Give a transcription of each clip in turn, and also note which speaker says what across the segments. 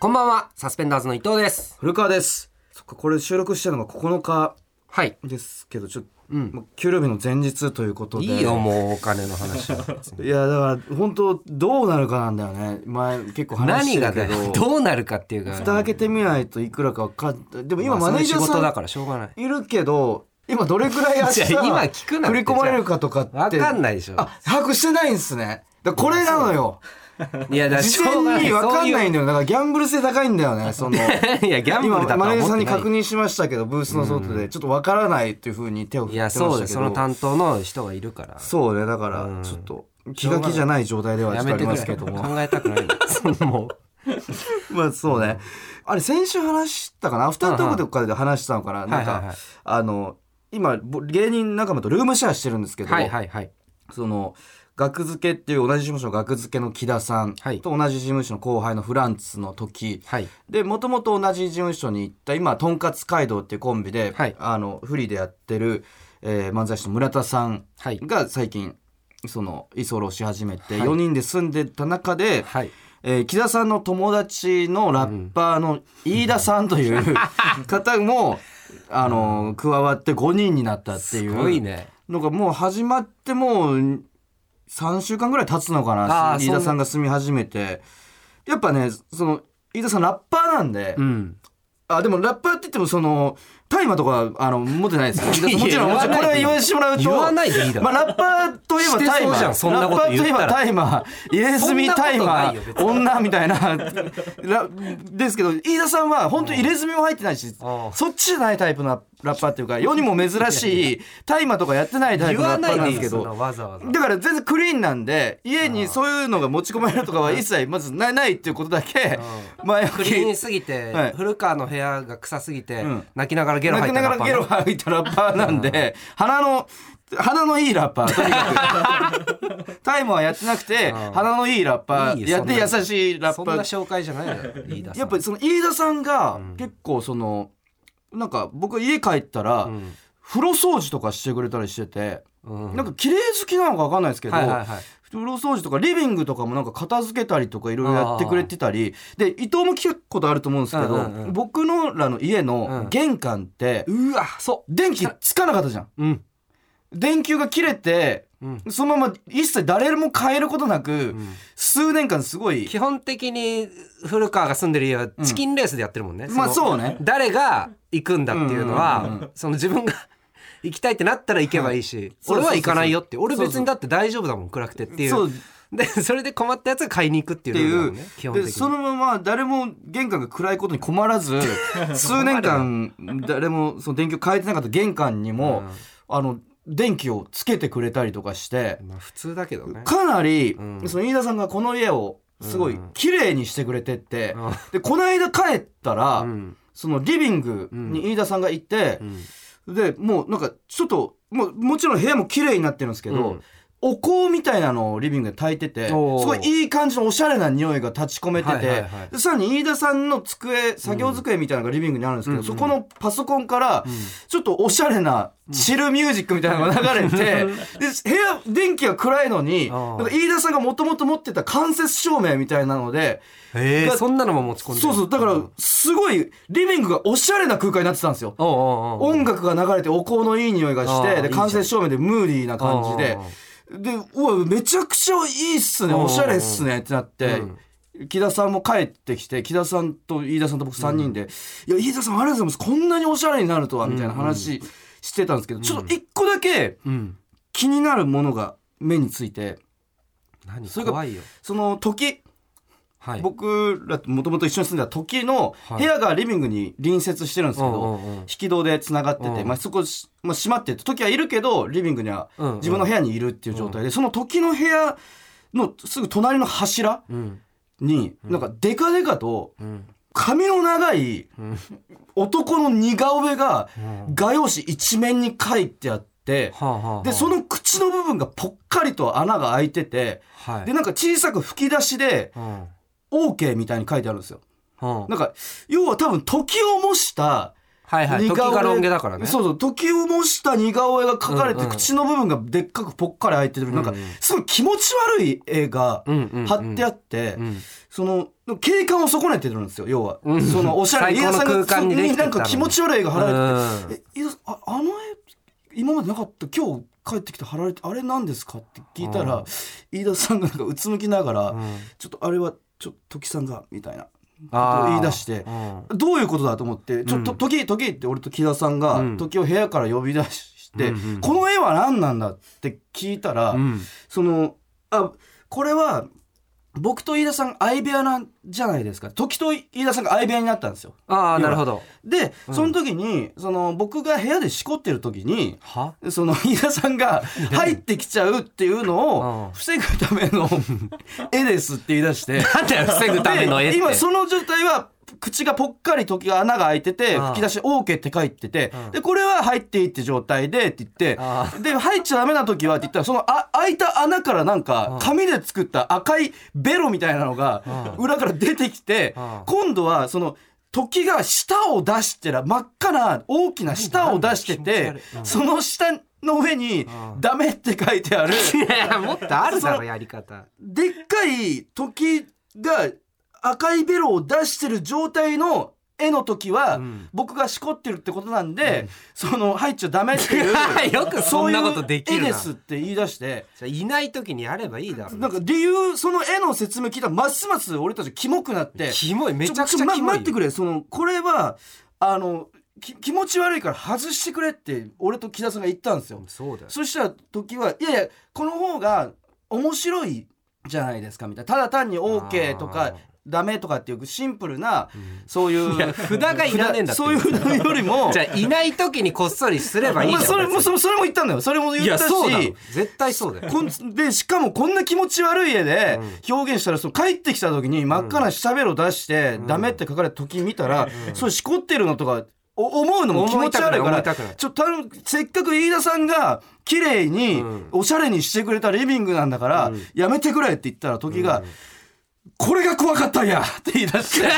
Speaker 1: ばんは、サスペンダーズの伊藤です。
Speaker 2: 古川ですそっかこれ収録してるのが9日
Speaker 1: はい。
Speaker 2: ですけどちょっと、まあ給料日の前日ということで
Speaker 1: いいよ、もうお金の話 は。
Speaker 2: いやだから本当どうなるかなんだよね前結構話し
Speaker 1: 何
Speaker 2: て
Speaker 1: が
Speaker 2: るけ
Speaker 1: だよ
Speaker 2: ど
Speaker 1: どうなるかっていうか。
Speaker 2: 蓋開けてみないといくらか分かんないでも今
Speaker 1: まあ
Speaker 2: マネージャー
Speaker 1: そういう仕事
Speaker 2: さ
Speaker 1: だ
Speaker 2: ん
Speaker 1: からしょうがない。
Speaker 2: いるけど今どれくらい明日
Speaker 1: じゃあ今聞くなって
Speaker 2: 振り込まれるかとかって
Speaker 1: わかんないでしょ。
Speaker 2: あ把握してないんですねだからこれなのよ
Speaker 1: いや、だからし
Speaker 2: 事
Speaker 1: ょうがな
Speaker 2: 前
Speaker 1: い。
Speaker 2: に分かんないん
Speaker 1: の。
Speaker 2: だよだからギャンブル性高いんだよ ねその
Speaker 1: いや、ギャンブルだとは思
Speaker 2: 今マ
Speaker 1: っ
Speaker 2: ネ
Speaker 1: て
Speaker 2: ー
Speaker 1: な
Speaker 2: ジ
Speaker 1: い
Speaker 2: ャーさんに確認しましたけどブースの外でちょっとわからないというふうに手を振っ
Speaker 1: い
Speaker 2: てま
Speaker 1: や、
Speaker 2: したけど
Speaker 1: そうです。その担当の人がいるから。
Speaker 2: そうねだからちょっと気が気じゃない状態ではちょ
Speaker 1: や
Speaker 2: っと
Speaker 1: め
Speaker 2: あ
Speaker 1: て
Speaker 2: り
Speaker 1: く
Speaker 2: ま
Speaker 1: れ。
Speaker 2: すけども
Speaker 1: 考えたくない。そのもう。
Speaker 2: まあそうねあれ先週話したかなアフタートークとかで話したのかななん
Speaker 1: はいはいは
Speaker 2: か
Speaker 1: い
Speaker 2: あの今ぼ芸人仲間とルームシェアしてるんですけど
Speaker 1: はいはいはい。
Speaker 2: その学付けっていう同じ事務所の学付けの木田さん
Speaker 1: はい
Speaker 2: と同じ事務所の後輩のフランツの時
Speaker 1: はい。
Speaker 2: でもともと同じ事務所に行った今とんかつ街道っていうコンビで、
Speaker 1: はい
Speaker 2: あのフリーでやってる、えー漫才師の村田さん
Speaker 1: はい。
Speaker 2: が最近その居候し始めて、
Speaker 1: はい
Speaker 2: 4人で住んでた中で、
Speaker 1: はい。
Speaker 2: えー木田さんの友達のラッパーの飯田さん という、方もあの加わって5人になったって
Speaker 1: す
Speaker 2: いう
Speaker 1: ごいね。
Speaker 2: なんかもう始まってもう3週間ぐらい経つのか
Speaker 1: あ
Speaker 2: な
Speaker 1: ー
Speaker 2: 飯田さんが住み始めてやっぱねその飯田さんラッパーなんで、
Speaker 1: うん。
Speaker 2: あでもラッパーって言ってもその大麻とかあの持ってないですよ飯田さんもちろ
Speaker 1: い
Speaker 2: ん
Speaker 1: や
Speaker 2: もちろんこれは言わせてもらうと
Speaker 1: 言わないでいいだろ
Speaker 2: まあ、ラッパーといえば
Speaker 1: して
Speaker 2: 大
Speaker 1: そう
Speaker 2: 麻
Speaker 1: じゃんそんなこと言ったら
Speaker 2: ラッパーといえば大麻入れ墨大
Speaker 1: そんなことな
Speaker 2: 麻
Speaker 1: いよ別に
Speaker 2: 女みたいな ラですけど飯田さんは本当に入れ墨も入ってないし
Speaker 1: ああ
Speaker 2: そっちじゃないタイプのラッパーっていうか世にも珍しい大麻とかやってないタ
Speaker 1: 言
Speaker 2: イプの
Speaker 1: わ
Speaker 2: ラッパ
Speaker 1: な
Speaker 2: ー
Speaker 1: い
Speaker 2: な
Speaker 1: で
Speaker 2: んで
Speaker 1: いい
Speaker 2: すけ
Speaker 1: けど。そ
Speaker 2: ど
Speaker 1: んなわざわざ。
Speaker 2: だから全然クリーンなんで家にそういうのが持ち込まれるとかは一切まずないないっていうことだけ前置
Speaker 1: ク
Speaker 2: き
Speaker 1: リーンすぎて、
Speaker 2: はい
Speaker 1: 古川の部屋が臭すぎて、
Speaker 2: ん
Speaker 1: 泣きながらゲロ吐
Speaker 2: 泣
Speaker 1: い
Speaker 2: き
Speaker 1: た
Speaker 2: ながらゲロ
Speaker 1: ラッ
Speaker 2: 吐いたラッパーなんで、鼻の、鼻のいいラッパー、とにか く。タイムはやってなくて、
Speaker 1: うん
Speaker 2: 鼻のいいラッパ
Speaker 1: い
Speaker 2: ー、
Speaker 1: い
Speaker 2: や
Speaker 1: よ
Speaker 2: って優しい
Speaker 1: パー
Speaker 2: ラ
Speaker 1: そ
Speaker 2: ッ
Speaker 1: ん
Speaker 2: パ
Speaker 1: な
Speaker 2: ー。
Speaker 1: 紹介じゃない のよ飯田さん
Speaker 2: やっぱりその飯田さんが結構その、なんか僕家帰ったら
Speaker 1: ん、
Speaker 2: 風呂掃除とかしてくれたりしてて、
Speaker 1: うん
Speaker 2: なんか綺麗好きなのか分かんないですけど、
Speaker 1: はいはいはい
Speaker 2: 風呂掃除とかリビングとかもなんか片付けたりとかいろいろやってくれてたりで伊藤も聞くことあると思うんですけど、
Speaker 1: うんうんうん
Speaker 2: 僕のらの家
Speaker 1: う
Speaker 2: の
Speaker 1: ん
Speaker 2: 玄関って、
Speaker 1: うわそ
Speaker 2: 電気つかなかったじゃん
Speaker 1: ううん
Speaker 2: 電球が切れて
Speaker 1: うん
Speaker 2: そのまま一切誰も変えることなく、
Speaker 1: ん
Speaker 2: 数年間すごい
Speaker 1: 基本的に古川が住んでる家はチキンレースでやってるもんね、
Speaker 2: まあ
Speaker 1: う
Speaker 2: そうね
Speaker 1: 誰が行くんだっていうのは、
Speaker 2: うんうんうん
Speaker 1: その自分が行きたいってなったら行けばいいし、
Speaker 2: そうそうそう
Speaker 1: 俺は行かないよって俺
Speaker 2: そう
Speaker 1: 別
Speaker 2: そう
Speaker 1: にだって大丈夫だもん暗くてっていう
Speaker 2: そうっ
Speaker 1: でそれで困ったやつが買いに行くってい
Speaker 2: て
Speaker 1: うルールだも
Speaker 2: いうん
Speaker 1: ね基本的
Speaker 2: で
Speaker 1: に
Speaker 2: そのまま誰も玄関が暗いことに困 らず 数年間誰もその電球変えてなかった玄関にも、あの電気をつけてくれたりとかして
Speaker 1: まあ普通だけどね
Speaker 2: かなり、
Speaker 1: うん
Speaker 2: その飯田さんがこの家をすごい綺麗にしてくれてって、
Speaker 1: うん
Speaker 2: でこの間帰ったら、
Speaker 1: うん
Speaker 2: そのリビングに飯田さんがいて
Speaker 1: う、ん
Speaker 2: でもうなんかちょっともうもちろん部屋も綺麗になってるんですけど、
Speaker 1: うん
Speaker 2: お香みたいなのをリビングで炊いててす
Speaker 1: おー
Speaker 2: ごいいい感じのおしゃれな匂いが立ち込めてて、
Speaker 1: はいはいはい
Speaker 2: でさらに飯田さんの机作業机みたいなのがリビングにあるんですけど、
Speaker 1: うん
Speaker 2: そこのパソコンから
Speaker 1: ん
Speaker 2: ちょっとおしゃれなチルミュージックみたいなのが流れて、 で部屋電気が暗いのに
Speaker 1: あー
Speaker 2: なんか飯田さんがもともと持ってた間接照明みたいなので
Speaker 1: へえ
Speaker 2: が
Speaker 1: そんなのも持ち込んで
Speaker 2: そうそうだから
Speaker 1: おう
Speaker 2: すごいリビングがおしゃれな空間になってたんですよ。
Speaker 1: おうおう
Speaker 2: 音楽が流れてお香のいい匂いがし
Speaker 1: あー
Speaker 2: て
Speaker 1: いい
Speaker 2: で
Speaker 1: じゃん
Speaker 2: 完成照明でムーディーな感じで
Speaker 1: あ
Speaker 2: でうわめちゃくちゃいいっすね
Speaker 1: うん
Speaker 2: おしゃれっすねってなって
Speaker 1: うん。
Speaker 2: 木田さんも帰ってきて木田さんと飯田さんと僕3人で「いや飯田さんありがとうございますこんなにおしゃれになるとは」みたいな話してたんですけどちょっと1個だけ
Speaker 1: うん
Speaker 2: 気になるものが目について
Speaker 1: 何
Speaker 2: それが
Speaker 1: 怖いよ
Speaker 2: その時
Speaker 1: はい
Speaker 2: 僕らもともと一緒に住んでた時の
Speaker 1: はい
Speaker 2: 部屋がリビングに隣接してるんですけ
Speaker 1: う
Speaker 2: ど
Speaker 1: んうんうん
Speaker 2: 引き戸で繋がってて、
Speaker 1: うん
Speaker 2: まあ、そこし、まあ、閉まってる時はいるけどリビングには
Speaker 1: うんうん
Speaker 2: 自分の部屋にいるっていう状態で、その時の部屋のすぐ隣の柱
Speaker 1: うん
Speaker 2: に、なんかデカデカと
Speaker 1: うん
Speaker 2: 髪の長い
Speaker 1: うん
Speaker 2: 男の似顔絵が
Speaker 1: うん
Speaker 2: 画用紙一面に書いてあって、
Speaker 1: はあはあはあ
Speaker 2: でその口の部分がぽっかりと穴が開いてて、
Speaker 1: はい
Speaker 2: でなんか小さく吹き出しで
Speaker 1: うん
Speaker 2: OK みたいに書いてあるんですよ。
Speaker 1: うん
Speaker 2: なんか要は多分時を模した
Speaker 1: はいはい
Speaker 2: 似顔絵
Speaker 1: 時がロン毛だからね
Speaker 2: そうそう時を模した似顔絵が描かれて、
Speaker 1: うんうん
Speaker 2: 口の部分がでっかくぽっかり開いてるなんか
Speaker 1: うんうん
Speaker 2: すごい気持ち悪い絵が貼ってあって、
Speaker 1: うん
Speaker 2: その景観を損ねてるんですよ要は、
Speaker 1: うん
Speaker 2: そのおしゃれ
Speaker 1: 最高の
Speaker 2: 家康さんが
Speaker 1: 空間にできてた
Speaker 2: な
Speaker 1: の
Speaker 2: ん
Speaker 1: に
Speaker 2: か気持ち悪い絵が貼られてて
Speaker 1: うん
Speaker 2: え飯田さんああの絵今までなかった今日帰ってきて貼られてあれなんですかって聞いたら、
Speaker 1: うん
Speaker 2: 飯田さんがなんかうつむきながら、
Speaker 1: うん
Speaker 2: ちょっとあれはちょっと時さんがみたいなこと
Speaker 1: あ
Speaker 2: を
Speaker 1: ー
Speaker 2: 言い出して
Speaker 1: うん
Speaker 2: どういうことだと思ってちょっと
Speaker 1: うん
Speaker 2: 時時って俺と木田さんが
Speaker 1: うん
Speaker 2: 時を部屋から呼び出して、
Speaker 1: うんうん
Speaker 2: この絵は何なんだって聞いたら、
Speaker 1: うん
Speaker 2: そのあこれは僕と飯田さんが相部屋なんじゃないですか時と飯田さんが相部屋になったんですよ。
Speaker 1: ああなるほど
Speaker 2: で
Speaker 1: うん
Speaker 2: その時に、その僕が部屋でしこってる時に
Speaker 1: は
Speaker 2: その飯田さんが入ってきちゃうっていうの
Speaker 1: う
Speaker 2: を
Speaker 1: ん
Speaker 2: 防ぐた めの絵ですって言い出して
Speaker 1: なんだよ防ぐための絵って
Speaker 2: で今その状態は口がぽっかり時が穴が開いてて
Speaker 1: ああ
Speaker 2: 吹き出し OK って書いてて
Speaker 1: うん
Speaker 2: でこれは入っていいって状態でって言って
Speaker 1: あ
Speaker 2: で入っちゃダメな時はって言ったらそのあ開いた穴からなんか
Speaker 1: ん
Speaker 2: 紙で作った赤いベロみたいなのが
Speaker 1: う
Speaker 2: 裏から出てきて
Speaker 1: うん
Speaker 2: 今度はその時が舌を出してら真っ赤な大きな舌を出して
Speaker 1: なん
Speaker 2: て
Speaker 1: だ気持ち悪いうん
Speaker 2: その下の上に
Speaker 1: う
Speaker 2: 「
Speaker 1: ん
Speaker 2: ダメ」って書いて ある。
Speaker 1: いやもっとあるだ
Speaker 2: その
Speaker 1: ろやり方
Speaker 2: でっかい時が赤いベロを出してる状態の絵の時は、
Speaker 1: うん
Speaker 2: 僕がしこってるってことなんで、その入っちゃダメっ ていう
Speaker 1: よくそんなことできるな
Speaker 2: そういう絵ですって言い出して
Speaker 1: じゃあいない時にやればいいだろ
Speaker 2: なんか理由その絵の説明聞いたらますます俺たちキモくなって
Speaker 1: キモいめちゃくち
Speaker 2: ょ
Speaker 1: ゃキ
Speaker 2: ょま
Speaker 1: モい
Speaker 2: 待ってくれそのこれはあのき気持ち悪いから外してくれって俺と木田さんが言ったんですよ。
Speaker 1: そうだよ
Speaker 2: そしたら時はいやいやこの方が面白いじゃないですかみたいなただ単に OK と
Speaker 1: あ
Speaker 2: か
Speaker 1: ー
Speaker 2: ダメとかっていうシンプルなそういう
Speaker 1: いや札がいらねえんだって
Speaker 2: 札そういう札よりも
Speaker 1: じゃあいない時にこっそりすればいいじ
Speaker 2: ま
Speaker 1: ゃ
Speaker 2: あ
Speaker 1: ん
Speaker 2: それも
Speaker 1: 別
Speaker 2: そ
Speaker 1: に
Speaker 2: れそれも言ったんだよそれも言
Speaker 1: い
Speaker 2: っ
Speaker 1: や
Speaker 2: たし
Speaker 1: そうだろ絶対そうだよ
Speaker 2: こんでしかもこんな気持ち悪い絵で表現したらその帰ってきた時に真っ赤なしゃべを出して「ダメ」って書かれた時見たら、そうしこってるのとかお思うのも気持ち悪いか
Speaker 1: 思
Speaker 2: ら
Speaker 1: いたくない
Speaker 2: ちょっと頼むせっかく飯田さんが綺麗に
Speaker 1: うん
Speaker 2: おしゃれにしてくれたリビングなんだから、
Speaker 1: うん
Speaker 2: やめてくれって言ったら時が、これが怖かったんやって言い 出して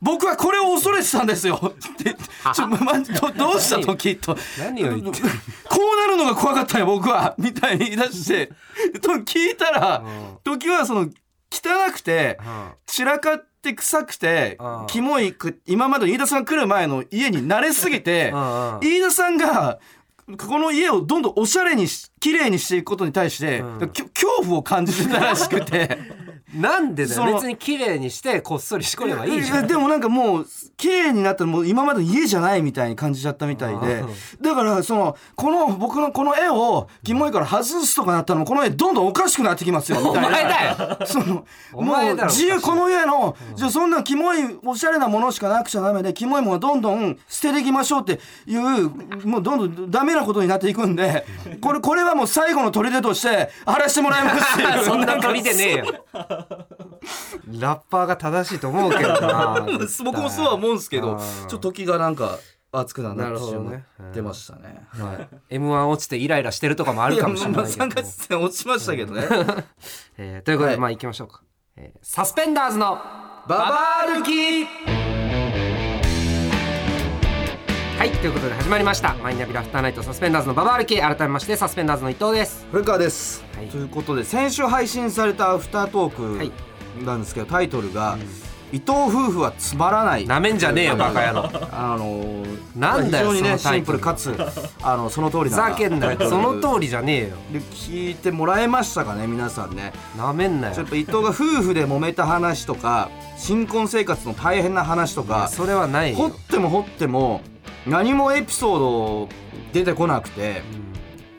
Speaker 2: 僕はこれを恐れてたんですよって ちょ、ま、どどうした時と
Speaker 1: 何を言ってる
Speaker 2: こうなるのが怖かったよ僕は みたいに言い出してと聞いたら
Speaker 1: うん
Speaker 2: 時はその汚くて
Speaker 1: うん
Speaker 2: 散らかって臭くて
Speaker 1: うん
Speaker 2: キモいく今まで飯田さんが来る前の家に慣れすぎて
Speaker 1: うんうん
Speaker 2: 飯田さんがこの家をどんどんおしゃれにし綺麗にしていくことに対して、
Speaker 1: うん
Speaker 2: きょ恐怖を感じてたらしくて
Speaker 1: なんでだ
Speaker 2: そ
Speaker 1: よ
Speaker 2: の
Speaker 1: 別に綺麗にしてこっそりしこればいいじゃん
Speaker 2: でもなんかもう綺麗になったらもう今までの家じゃないみたいに感じちゃったみたいで
Speaker 1: う
Speaker 2: だからそのこの僕のこの絵をキモいから外すとかなったらもうこの絵どんどんおかしくなってきますよみ
Speaker 1: お
Speaker 2: たいな
Speaker 1: 前だよ
Speaker 2: その
Speaker 1: お
Speaker 2: もう
Speaker 1: 前だろ
Speaker 2: 自由
Speaker 1: おかしい
Speaker 2: この家の、じゃあそんなキモいおしゃれなものしかなくちゃダメでキモいものはどんどん捨てていきましょうっていうもうどんどんダメなことになっていくんでこれこれはもう最後の砦として荒らしてもらいますっていう
Speaker 1: そんな鳥でねえよラッパーが正しいと思うけど な
Speaker 2: なんかそう僕もそうは思うんですけ
Speaker 1: う
Speaker 2: ど
Speaker 1: ん
Speaker 2: ちょっと時がなんか熱くなるなって
Speaker 1: なるほどね
Speaker 2: 思ってましたね。はい
Speaker 1: M1 落ちてイライラしてるとかもあるかもしれないけど
Speaker 2: やまあ参加戦落ちましたけどね。
Speaker 1: えーということで、
Speaker 2: はい
Speaker 1: まあ行きましょうか、えーサスペンダーズの
Speaker 2: ババ歩き
Speaker 1: はいということで始まりましたマイナビラフターナイトサスペンダーズのババ歩き改めましてサスペンダーズの伊藤です
Speaker 2: 古川です、
Speaker 1: はい
Speaker 2: ということで先週配信されたアフタート
Speaker 1: はい
Speaker 2: ークなんですけどタイトルが「伊藤夫婦はつまらない」
Speaker 1: なめんじゃねえよバカ野郎
Speaker 2: あのー
Speaker 1: なんだよ
Speaker 2: 非常にね
Speaker 1: その
Speaker 2: シ
Speaker 1: タイ
Speaker 2: ンプ
Speaker 1: ト
Speaker 2: ル
Speaker 1: ル
Speaker 2: かつあのその通り
Speaker 1: ふ
Speaker 2: な
Speaker 1: ざけんなよその
Speaker 2: り
Speaker 1: 通りじゃねえよ
Speaker 2: で聞いてもらえましたかね皆さんね
Speaker 1: なめんな
Speaker 2: ちょっ
Speaker 1: よ
Speaker 2: と伊藤が夫婦で揉めた話とか新婚生活の大変な話とか
Speaker 1: それはない
Speaker 2: 掘
Speaker 1: よ
Speaker 2: っても掘っても何もエピソード出てこなくて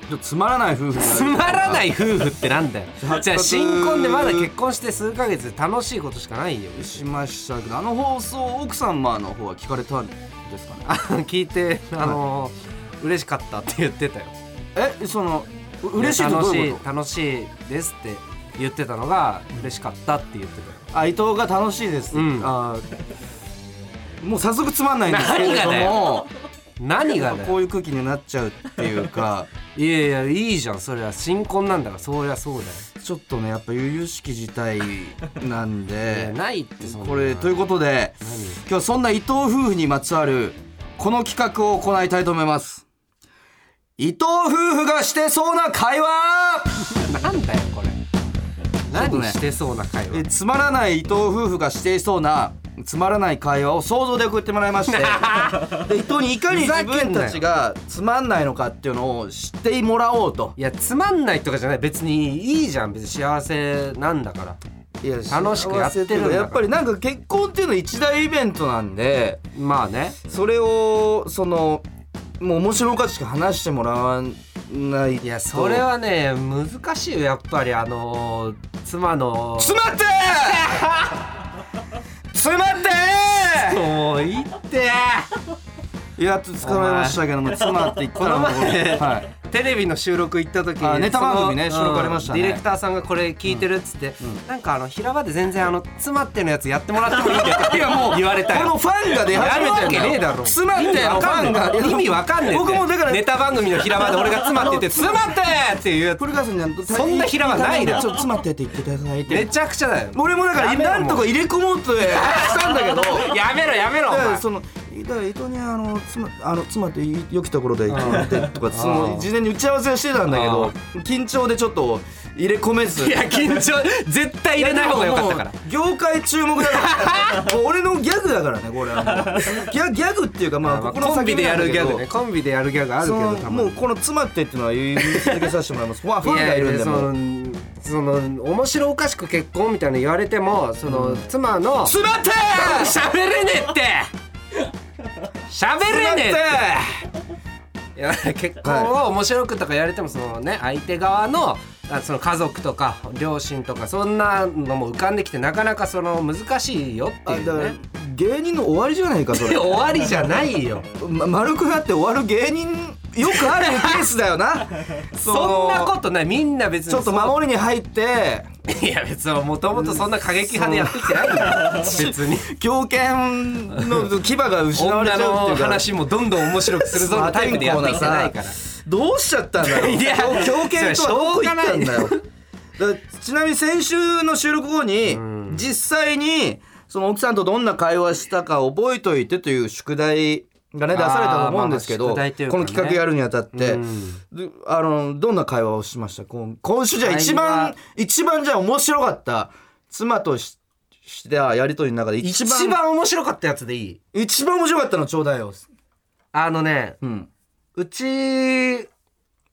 Speaker 2: ちょっとつまらない夫婦にな る
Speaker 1: つまらない夫婦ってなんだよ
Speaker 2: 発覚
Speaker 1: じゃあ新婚でまだ結婚して数ヶ月で楽しいことしかないよ
Speaker 2: しましたけどあの放送奥様の方は聞かれたんですかね
Speaker 1: あ 聞いてあのー嬉しかったって言ってたよ
Speaker 2: えそのう嬉しいとどういうこ
Speaker 1: や楽しい楽しいですって言ってたのが嬉しかったって言ってたよ
Speaker 2: とあ伊藤が楽しいです、
Speaker 1: うん
Speaker 2: あーもう早速つまんないんですけれど
Speaker 1: 何がだ
Speaker 2: も
Speaker 1: 何が
Speaker 2: やっぱ
Speaker 1: だ
Speaker 2: こ
Speaker 1: よ
Speaker 2: ういう空気になっちゃうっていうか
Speaker 1: いやいやいいじゃんそれは新婚なんだからそりゃそうだよ
Speaker 2: ちょっとねやっぱ悠々しき事態な
Speaker 1: い
Speaker 2: ん
Speaker 1: や
Speaker 2: で
Speaker 1: ないってそんな
Speaker 2: これということで
Speaker 1: 何
Speaker 2: 今日はそんな伊藤夫婦にまつわるこの企画を行いたいと思います伊藤夫婦がしてそうな会話
Speaker 1: なんだよこれ
Speaker 2: ょっと
Speaker 1: 何
Speaker 2: ね
Speaker 1: してそうな会話、
Speaker 2: えつまらない伊藤夫婦がしていそうなつまらない会話を想像で送ってもらいまして で伊藤にいかに自分たちがつまんないのかっていうのを知ってもらおうと
Speaker 1: いやつまんないとかじゃない別にいいじゃん別に幸せなんだから
Speaker 2: いや
Speaker 1: 楽しくやってるんだから
Speaker 2: やっぱりなんか結婚っていうのは一大イベントなんで
Speaker 1: まあね
Speaker 2: それをそのもう面白おかしく話してもらわないと
Speaker 1: いやそれはね難しいよやっぱりあのー妻の
Speaker 2: 詰まって 詰まって
Speaker 1: もういいって
Speaker 2: やっと捕まえましたけども詰まって言ったらもう
Speaker 1: この前
Speaker 2: はい
Speaker 1: テレビの収録行った時
Speaker 2: あネタ番組ね
Speaker 1: その
Speaker 2: 収録ありましたね
Speaker 1: ディレクターさんがこれ聞いてるっつって、なんかあの平場で全然あの妻ってのやつやってもらってもいいです かいやもう言われた
Speaker 2: こ
Speaker 1: よ
Speaker 2: のファンが出始めてんだよ
Speaker 1: やるわけねえだろ
Speaker 2: 詰まってのファンが
Speaker 1: 意味わかんねえって
Speaker 2: 僕もだから
Speaker 1: ネタ番組の平場で俺が妻って言って「妻って!」っていう やつ
Speaker 2: 古川さんには
Speaker 1: そんな平場ないだろ
Speaker 2: ちょっと詰まってって言っていただい
Speaker 1: め
Speaker 2: て
Speaker 1: ちゃくちゃだよ
Speaker 2: 俺もだから
Speaker 1: やめろ
Speaker 2: なんとか入れ込もうとしたんだけど
Speaker 1: やめろやめろお
Speaker 2: だか
Speaker 1: 前
Speaker 2: らそのだから伊藤にあの妻あの妻って良きところで言ってとかその事前に打ち合わせはしてたんだけど
Speaker 1: あ
Speaker 2: 緊張でちょっと入れ込めず
Speaker 1: いや緊張絶対入れない方がよかったから
Speaker 2: もう業界注目だからもう俺のギャグだからねこれはもうギャギャグっていうかまあここの
Speaker 1: コンビでやるギャグ
Speaker 2: 先
Speaker 1: ねコンビでやるギャグあるけ
Speaker 2: そ
Speaker 1: ど
Speaker 2: の
Speaker 1: たま
Speaker 2: もう
Speaker 1: に
Speaker 2: この妻ってっていうのは言い続けさせてもらいますファンファン
Speaker 1: い
Speaker 2: が
Speaker 1: や
Speaker 2: いるん
Speaker 1: い
Speaker 2: で
Speaker 1: やそ
Speaker 2: もう
Speaker 1: のその面白おかしく結婚みたいなの言われてもその妻の
Speaker 2: 詰まって
Speaker 1: 喋れねえって喋れねえっていや結婚を面白くとか言われてもそのね相手側のあその家族とか両親とかそんなのも浮かんできてなかなかその難しいよって
Speaker 2: あ
Speaker 1: い
Speaker 2: だか
Speaker 1: う
Speaker 2: ら
Speaker 1: ね
Speaker 2: 芸人の終わりじゃないかそ
Speaker 1: で
Speaker 2: れ、
Speaker 1: 終わりじゃないよ
Speaker 2: ま、丸くなって終わる芸人よくあるケースだよな
Speaker 1: そ
Speaker 2: の
Speaker 1: んなことないみんな別に
Speaker 2: ちょっと守りに入って
Speaker 1: いや別にもともとそんな過激派でやってきてない んだよ別に
Speaker 2: 狂犬の牙が失われち
Speaker 1: 女
Speaker 2: ゃうってい
Speaker 1: の
Speaker 2: うか
Speaker 1: 話もどんどん面白くするぞのタイプでやってきてないから
Speaker 2: どうしちゃったんだろう
Speaker 1: いや
Speaker 2: 狂犬とはどこ行ったんだ
Speaker 1: し
Speaker 2: よ
Speaker 1: ょ
Speaker 2: だからちなみに先週の収録後に実際にその奥さんとどんな会話したか覚えといてという宿題がね出されたと思うんですけ
Speaker 1: あ
Speaker 2: ど、
Speaker 1: ーまあまあ宿題というか
Speaker 2: こ
Speaker 1: ね
Speaker 2: の企画やるにあたって、
Speaker 1: うん
Speaker 2: であのどんな会話をしました今今週じゃあ一
Speaker 1: 会
Speaker 2: 番
Speaker 1: 話
Speaker 2: 一番じゃあ面白かった妻とししてはやりとりの中で一番
Speaker 1: 一番面白かったやつでいい
Speaker 2: 一番面白かったのちょうだいよ、
Speaker 1: あのね
Speaker 2: うん、
Speaker 1: うち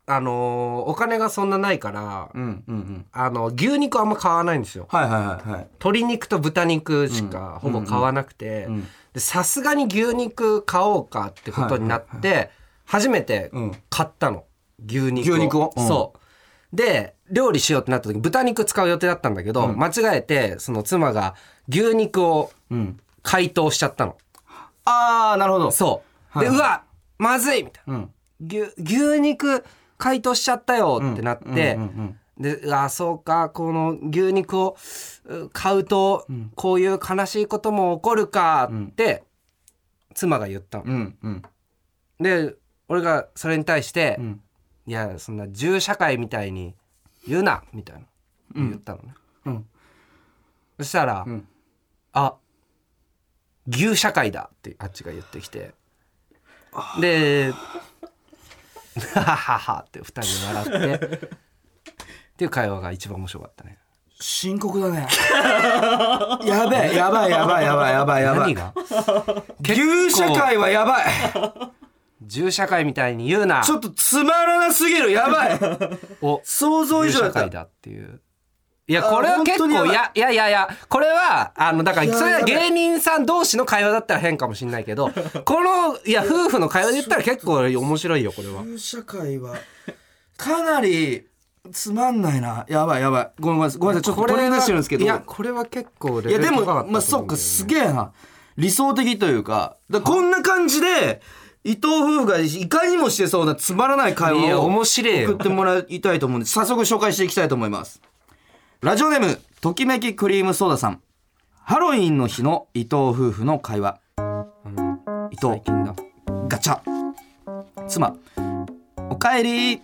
Speaker 1: あのーお金がそんなないから、
Speaker 2: うんうんうん
Speaker 1: あの牛肉あんま買わないんですよ
Speaker 2: はいはいはいはい
Speaker 1: 鶏肉と豚肉しかほぼ買わなくて
Speaker 2: ん
Speaker 1: でさすがに牛肉買おうかってことになって、初めて
Speaker 2: うん
Speaker 1: 買ったの牛肉を
Speaker 2: 牛肉をうん
Speaker 1: そうで料理しようってなった時豚肉使う予定だったんだけど、間違えてその妻が牛肉を
Speaker 2: ん
Speaker 1: 解凍しちゃったの、
Speaker 2: ああなるほど
Speaker 1: そうで、うわまずいみたいな
Speaker 2: うん
Speaker 1: 牛牛肉解凍しちゃったよってなって、
Speaker 2: うんうん
Speaker 1: であそうかこの牛肉をう買うとこういう悲しいことも起こるかって妻が言ったの、
Speaker 2: うんうん
Speaker 1: で俺がそれに対して「
Speaker 2: ん
Speaker 1: いやそんな銃社会みたいに言うな」みたいな言ったのね、
Speaker 2: うん
Speaker 1: そしたら「
Speaker 2: ん
Speaker 1: あ牛社会だ」ってあっちが言ってきて で「ははは」って二人で笑ってっていう会話が一番面白かったね
Speaker 2: 深刻だねやべえやばいやばいやばいやばいやば
Speaker 1: 何
Speaker 2: い
Speaker 1: が
Speaker 2: 牛社会はやばい
Speaker 1: 銃社会みたいに言うな
Speaker 2: ちょっとつまらなすぎるやばい
Speaker 1: を
Speaker 2: 想像以
Speaker 1: 銃
Speaker 2: 上だ
Speaker 1: 社
Speaker 2: った
Speaker 1: 会だっていう。いやこれ
Speaker 2: あ
Speaker 1: は
Speaker 2: 本
Speaker 1: 結
Speaker 2: 当に
Speaker 1: 構いやいやいやいやこれはあのだか
Speaker 2: いや
Speaker 1: らそれは
Speaker 2: やばい
Speaker 1: 芸人さん同士の会話だったら変かもしれないけ どこのいや夫婦の会話で言ったら結構面白いよこれは。
Speaker 2: 牛社会はかなりつまんないなやばいやばいごめんなさいごめんなさいちょっと
Speaker 1: これ
Speaker 2: 取り
Speaker 1: は
Speaker 2: 出してるんですけど
Speaker 1: いやこれは結構レ
Speaker 2: い
Speaker 1: ベ
Speaker 2: や
Speaker 1: ル
Speaker 2: で
Speaker 1: 高かったと思うんだ
Speaker 2: も
Speaker 1: よね
Speaker 2: まあそっかすげえな理想的というかだからこんな感じで伊藤夫婦がいかにもしてそうなつまらない会
Speaker 1: い
Speaker 2: 話
Speaker 1: や
Speaker 2: を
Speaker 1: 面白い
Speaker 2: 送
Speaker 1: よ。
Speaker 2: ってもらいたいと思うんで早速紹介していきたいと思いますラジオネームときめきクリームソーダさんハロウィンの日の伊藤夫婦の会話伊藤
Speaker 1: 最近だ
Speaker 2: ガチャ妻おかえり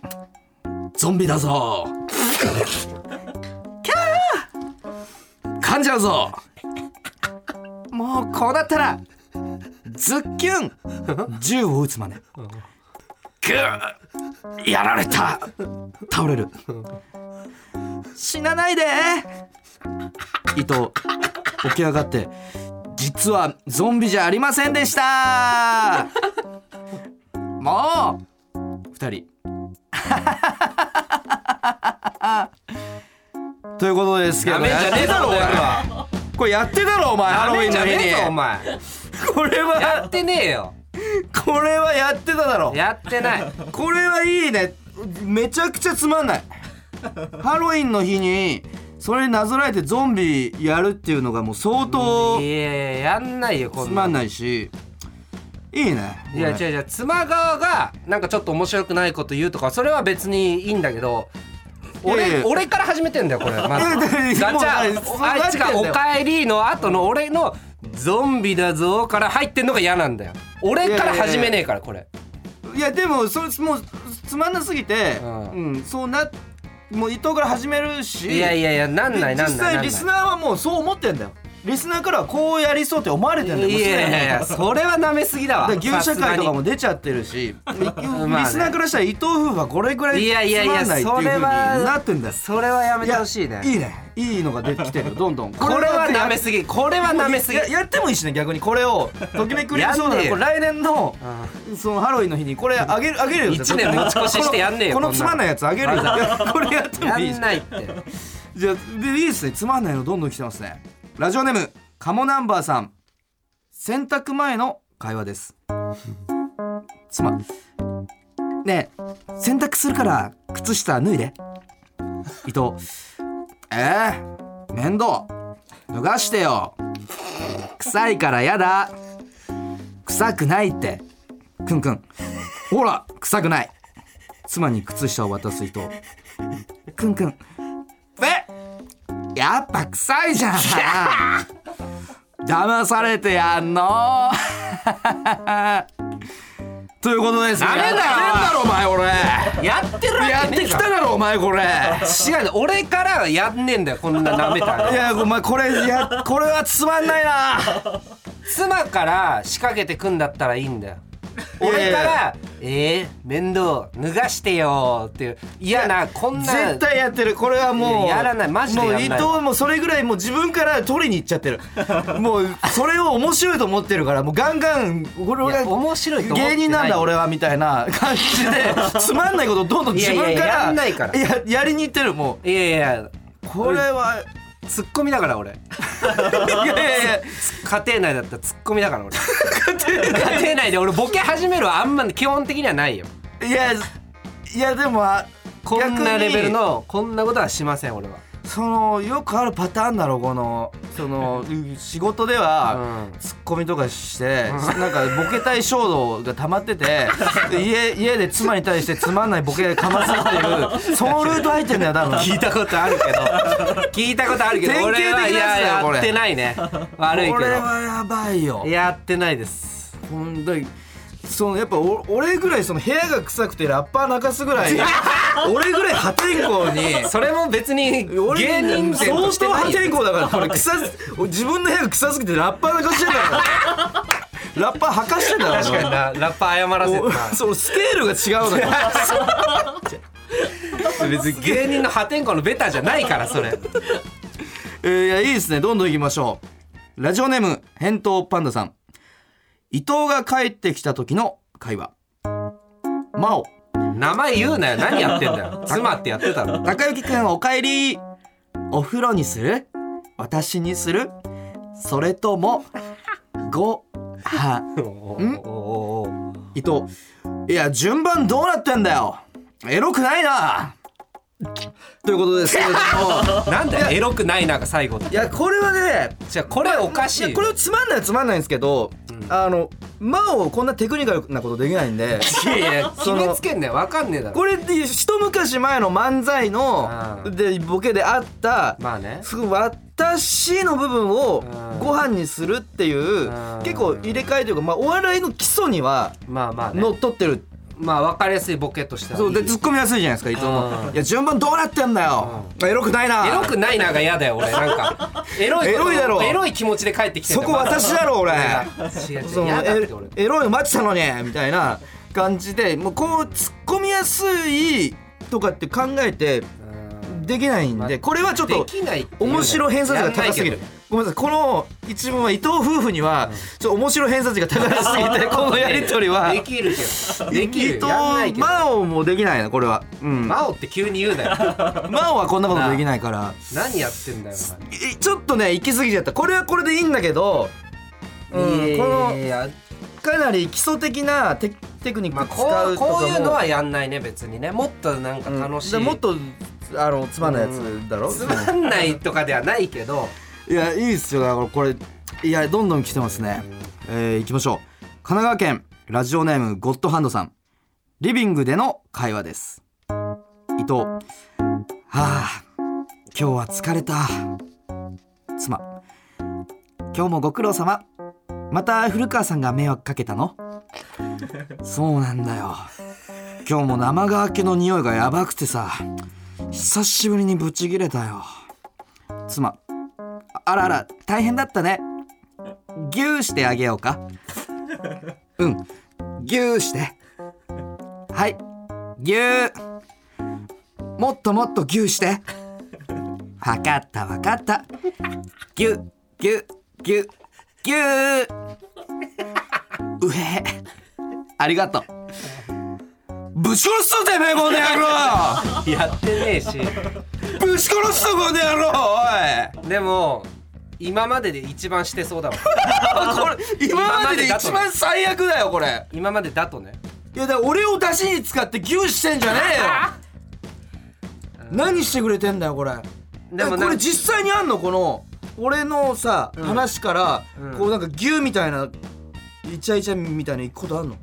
Speaker 2: ゾンビだぞキャー噛んじゃうぞもうこうなったらズッキュン銃を撃つまでぐーやられた倒れる死なないで伊藤起き上がって実はゾンビじゃありませんでしたもう二人ということですけど
Speaker 1: なめんじゃねえだろお前は
Speaker 2: これやってたろお前ハ
Speaker 1: な
Speaker 2: ロウ
Speaker 1: め
Speaker 2: ィ
Speaker 1: ん
Speaker 2: ン
Speaker 1: じ
Speaker 2: の
Speaker 1: ゃ
Speaker 2: 日
Speaker 1: ねえぞお
Speaker 2: に
Speaker 1: 前
Speaker 2: これ
Speaker 1: やっ
Speaker 2: は
Speaker 1: てねえよ
Speaker 2: これはやってただろ
Speaker 1: やって ない
Speaker 2: これはいいねめちゃくちゃつまんないハロウィンの日にそれになぞらえてゾンビやるっていうのがもう相当
Speaker 1: いややんないよこ
Speaker 2: つ
Speaker 1: ん
Speaker 2: ま
Speaker 1: なん
Speaker 2: ないしいいね
Speaker 1: いや
Speaker 2: これ
Speaker 1: 違う違う妻側がなんかちょっと面白くないこと言うとかそれは別にいいんだけど俺
Speaker 2: いやいや
Speaker 1: 俺から始めてんだよこれまず
Speaker 2: いやいや
Speaker 1: ガチ
Speaker 2: もうだからそう
Speaker 1: ャあいつ
Speaker 2: なってんだ
Speaker 1: が「
Speaker 2: よ
Speaker 1: おかえり」の後の俺の「ゾンビだぞ」から入ってんのが嫌なんだよ俺から始めねえからこれ
Speaker 2: いやでもそれもうつまんなすぎて、う
Speaker 1: うんん
Speaker 2: そうなもう伊藤から始めるし
Speaker 1: いやいやいやなん
Speaker 2: で
Speaker 1: ないなん
Speaker 2: 実
Speaker 1: ないなん
Speaker 2: 際
Speaker 1: ない
Speaker 2: リスナーはもうそう思ってんだよリスナーからはこうやりそうって思われてんだよもう
Speaker 1: い
Speaker 2: すでに
Speaker 1: やいやいやそれは舐めすぎだわ
Speaker 2: だから牛社会とか
Speaker 1: も
Speaker 2: も出ちゃってるし、リ
Speaker 1: ね
Speaker 2: スナーからしたら伊藤夫婦はこれぐらいつ
Speaker 1: いやいやい
Speaker 2: ま
Speaker 1: や
Speaker 2: んないっていう
Speaker 1: そ
Speaker 2: 風
Speaker 1: れ
Speaker 2: に
Speaker 1: は
Speaker 2: なってんだよ。
Speaker 1: それはやめてほしいね
Speaker 2: いいね。いいのができて るよどんどん。こ
Speaker 1: これは舐めすぎこれは舐めすぎ
Speaker 2: ややってもいいしね逆にこれをときめくりそう
Speaker 1: やん
Speaker 2: なら
Speaker 1: ねえよ
Speaker 2: これ来年のそのハロウィンの日にこれあげるあげるよ。
Speaker 1: 一年持ち越ししてやんねえよ
Speaker 2: このこ
Speaker 1: こんな
Speaker 2: のつ
Speaker 1: の
Speaker 2: まんないやつあげるよ。いや これやって
Speaker 1: や
Speaker 2: もいいし
Speaker 1: ん。ないって
Speaker 2: じゃあでいいですねつまんないのどんどん来てますねラジオネームカモナンバーさん洗濯前の会話ですつまねえ洗濯するから靴下脱いで伊藤えー、面倒脱がしてよ臭いからやだ臭くないってくんくんほら臭くない妻に靴下を渡す伊藤くんくんえやっぱ臭いじ ゃん騙されてやん のということです
Speaker 1: ダメだよ
Speaker 2: お前俺
Speaker 1: やってるわ
Speaker 2: やっ
Speaker 1: けね
Speaker 2: て
Speaker 1: え
Speaker 2: き
Speaker 1: だ
Speaker 2: ただろお前これ
Speaker 1: ろ違う俺からやんねえんだよこんな舐めたら
Speaker 2: い やお前これいやこれはつまんないな
Speaker 1: 妻から仕掛けてくんだったらいいんだよ俺から「えー、面倒脱がしてよ」っていう嫌なこんな
Speaker 2: 絶対やってるこれはもう
Speaker 1: いややらないマジでやらない
Speaker 2: もう伊藤もそれぐらいもう自分から取りに行っちゃってるもうそれを面白いと思ってるからもうガンガンこれ
Speaker 1: いや
Speaker 2: 俺
Speaker 1: 面白いと思って
Speaker 2: 芸
Speaker 1: い
Speaker 2: 人なんだ俺はみたいな感 じでつまんないことをどんどん自分から
Speaker 1: いやいややんないから
Speaker 2: ややりに行ってるも
Speaker 1: いやいや
Speaker 2: うこれは
Speaker 1: ツッコミだから 俺
Speaker 2: いやいやいや
Speaker 1: 家庭内だったらツッコミだから俺家庭内で俺ボケ始めるはあんま基本的にはないよ
Speaker 2: いやいやでもあ
Speaker 1: こんなレベル
Speaker 2: 逆に
Speaker 1: のこんなことはしません俺は
Speaker 2: そのよくあるパターンだろこのそ のうん仕事では、
Speaker 1: うん
Speaker 2: ツッコミとかして、なんかボケたい衝動が溜まっててで家家で妻に対してつまんないボケかますっていうそのルート入ってんだよ多分
Speaker 1: 聞いたことあるけど聞いたことあ るけど
Speaker 2: 典型的
Speaker 1: 俺は
Speaker 2: なやつ
Speaker 1: いや
Speaker 2: だよ
Speaker 1: や
Speaker 2: これ
Speaker 1: ってないね悪いけ
Speaker 2: こ
Speaker 1: ど
Speaker 2: れはやばいよ
Speaker 1: やってないです
Speaker 2: ほんとにそのやっぱお俺ぐらいその部屋が臭くてラッパー泣かすぐ らい俺ぐらい破天荒に
Speaker 1: それも別に
Speaker 2: 俺
Speaker 1: 芸人
Speaker 2: 相
Speaker 1: 伝
Speaker 2: 当
Speaker 1: としてな
Speaker 2: 破
Speaker 1: いよ
Speaker 2: 天荒だか らこれ臭す自分の部屋が臭すぎてラッパーな感じだからラッパー吐かしてんだから
Speaker 1: 確かになラッパー謝らせ
Speaker 2: お
Speaker 1: て
Speaker 2: そのスケールが違うのよ
Speaker 1: た別に芸人の破天荒のベタじゃないからそれ
Speaker 2: えーいやいいですねどんどんいきましょうラジオネーム返答パンダさん伊藤が帰ってきた時の会話真央
Speaker 1: 名前言うなよ何やってんだよ妻ってやってたの
Speaker 2: 高之くんおかえりお風呂にする私にするそれともご飯
Speaker 1: おー
Speaker 2: 伊藤いや順番どうなってんだよエロくないなというこ とですけれども
Speaker 1: なんだよエロくないなんか最後
Speaker 2: いやこれはね
Speaker 1: じゃあこれおかしい
Speaker 2: やこれはつまんないはつまんないんですけど、あの魔王こんなテクニカルなことできない んで
Speaker 1: いやいや決
Speaker 2: その
Speaker 1: めつけんねわかんねえだろ
Speaker 2: これって一昔前の漫才の
Speaker 1: うん
Speaker 2: でボケであった
Speaker 1: まあね
Speaker 2: すごい私の部分を
Speaker 1: ん
Speaker 2: ご飯にするってい
Speaker 1: う
Speaker 2: う
Speaker 1: ん
Speaker 2: 結構入れ替えというか、まあ、お笑いの基礎には
Speaker 1: まあまあね
Speaker 2: のっとってる
Speaker 1: まあ分かりやすいボケとしては
Speaker 2: そうで突っ込みやすいじゃないですか伊藤も「いや順番どうなってんだよエロくないな
Speaker 1: エロくないなんか嫌だよ俺なん かエロいこと
Speaker 2: エロいだろ
Speaker 1: エロい気持ちで帰ってきてん
Speaker 2: そ
Speaker 1: だ
Speaker 2: こ私だろ俺
Speaker 1: 違う違
Speaker 2: そうの
Speaker 1: 嫌だっ
Speaker 2: エ
Speaker 1: て俺
Speaker 2: エロいの待ってたのに」みたいな感じでもうこう突っ込みやすいとかって考えてできないん
Speaker 1: まあ
Speaker 2: でこれはちょっ
Speaker 1: で
Speaker 2: と
Speaker 1: きないっていうのは
Speaker 2: 面白偏差値が高すぎ
Speaker 1: や
Speaker 2: る
Speaker 1: んないけどね
Speaker 2: ごめんなさいこの一文は伊藤夫婦にはちょっと面白偏差値が高 すぎてこのやり取りは
Speaker 1: で
Speaker 2: 伊
Speaker 1: きるけどできる
Speaker 2: 藤
Speaker 1: よやんないけど
Speaker 2: 真央もできないなこれはうん真
Speaker 1: マオって急に言うなよ
Speaker 2: 央はこんなことできないから
Speaker 1: 何やってんだよお前
Speaker 2: えちょっとね行き過ぎちゃったこれはこれでいいんだけどうんこの
Speaker 1: いや
Speaker 2: かなり基礎的なテテクニッ
Speaker 1: まあ
Speaker 2: ク
Speaker 1: こ
Speaker 2: 使う
Speaker 1: う
Speaker 2: とかも
Speaker 1: こういうのはやんないね別にねもっとなんか楽しい、
Speaker 2: うんでもっとあのつまんないやつだろ、
Speaker 1: つまんないとかではないけ ど
Speaker 2: いやいいっすよだからこれいやどんどん来てますね、えー、いきましょう神奈川県ラジオネームゴッドハンドさんリビングでの会話です伊藤はあ今日は疲れた妻今日もご苦労様また古川さんが迷惑かけたのそうなんだよ今日も生乾きの匂いがやばくてさ久しぶりにブチギレたよ妻あらあら大変だったねぎゅーしてあげようかうんぎゅーしてはいぎゅーもっともっとぎゅーしてわかったわかったぎゅぎゅぎゅぎゅーうへへありがとうぶち殺すぞてめえこの野郎
Speaker 1: やってねえし
Speaker 2: ぶち殺すぞこの野郎おい
Speaker 1: でも今までで一番してそうだわ
Speaker 2: これ今までで一番最悪だよこれ
Speaker 1: 今までだとね
Speaker 2: いやだから俺を出しに使って牛ュしてんじゃね えよ何してくれてんだよこれ
Speaker 1: で
Speaker 2: で
Speaker 1: も
Speaker 2: も
Speaker 1: な
Speaker 2: これ実際にあんのこの俺のさ、話から、
Speaker 1: うん
Speaker 2: こうなんか牛みたいなイチャイチャみたいな行くことあんの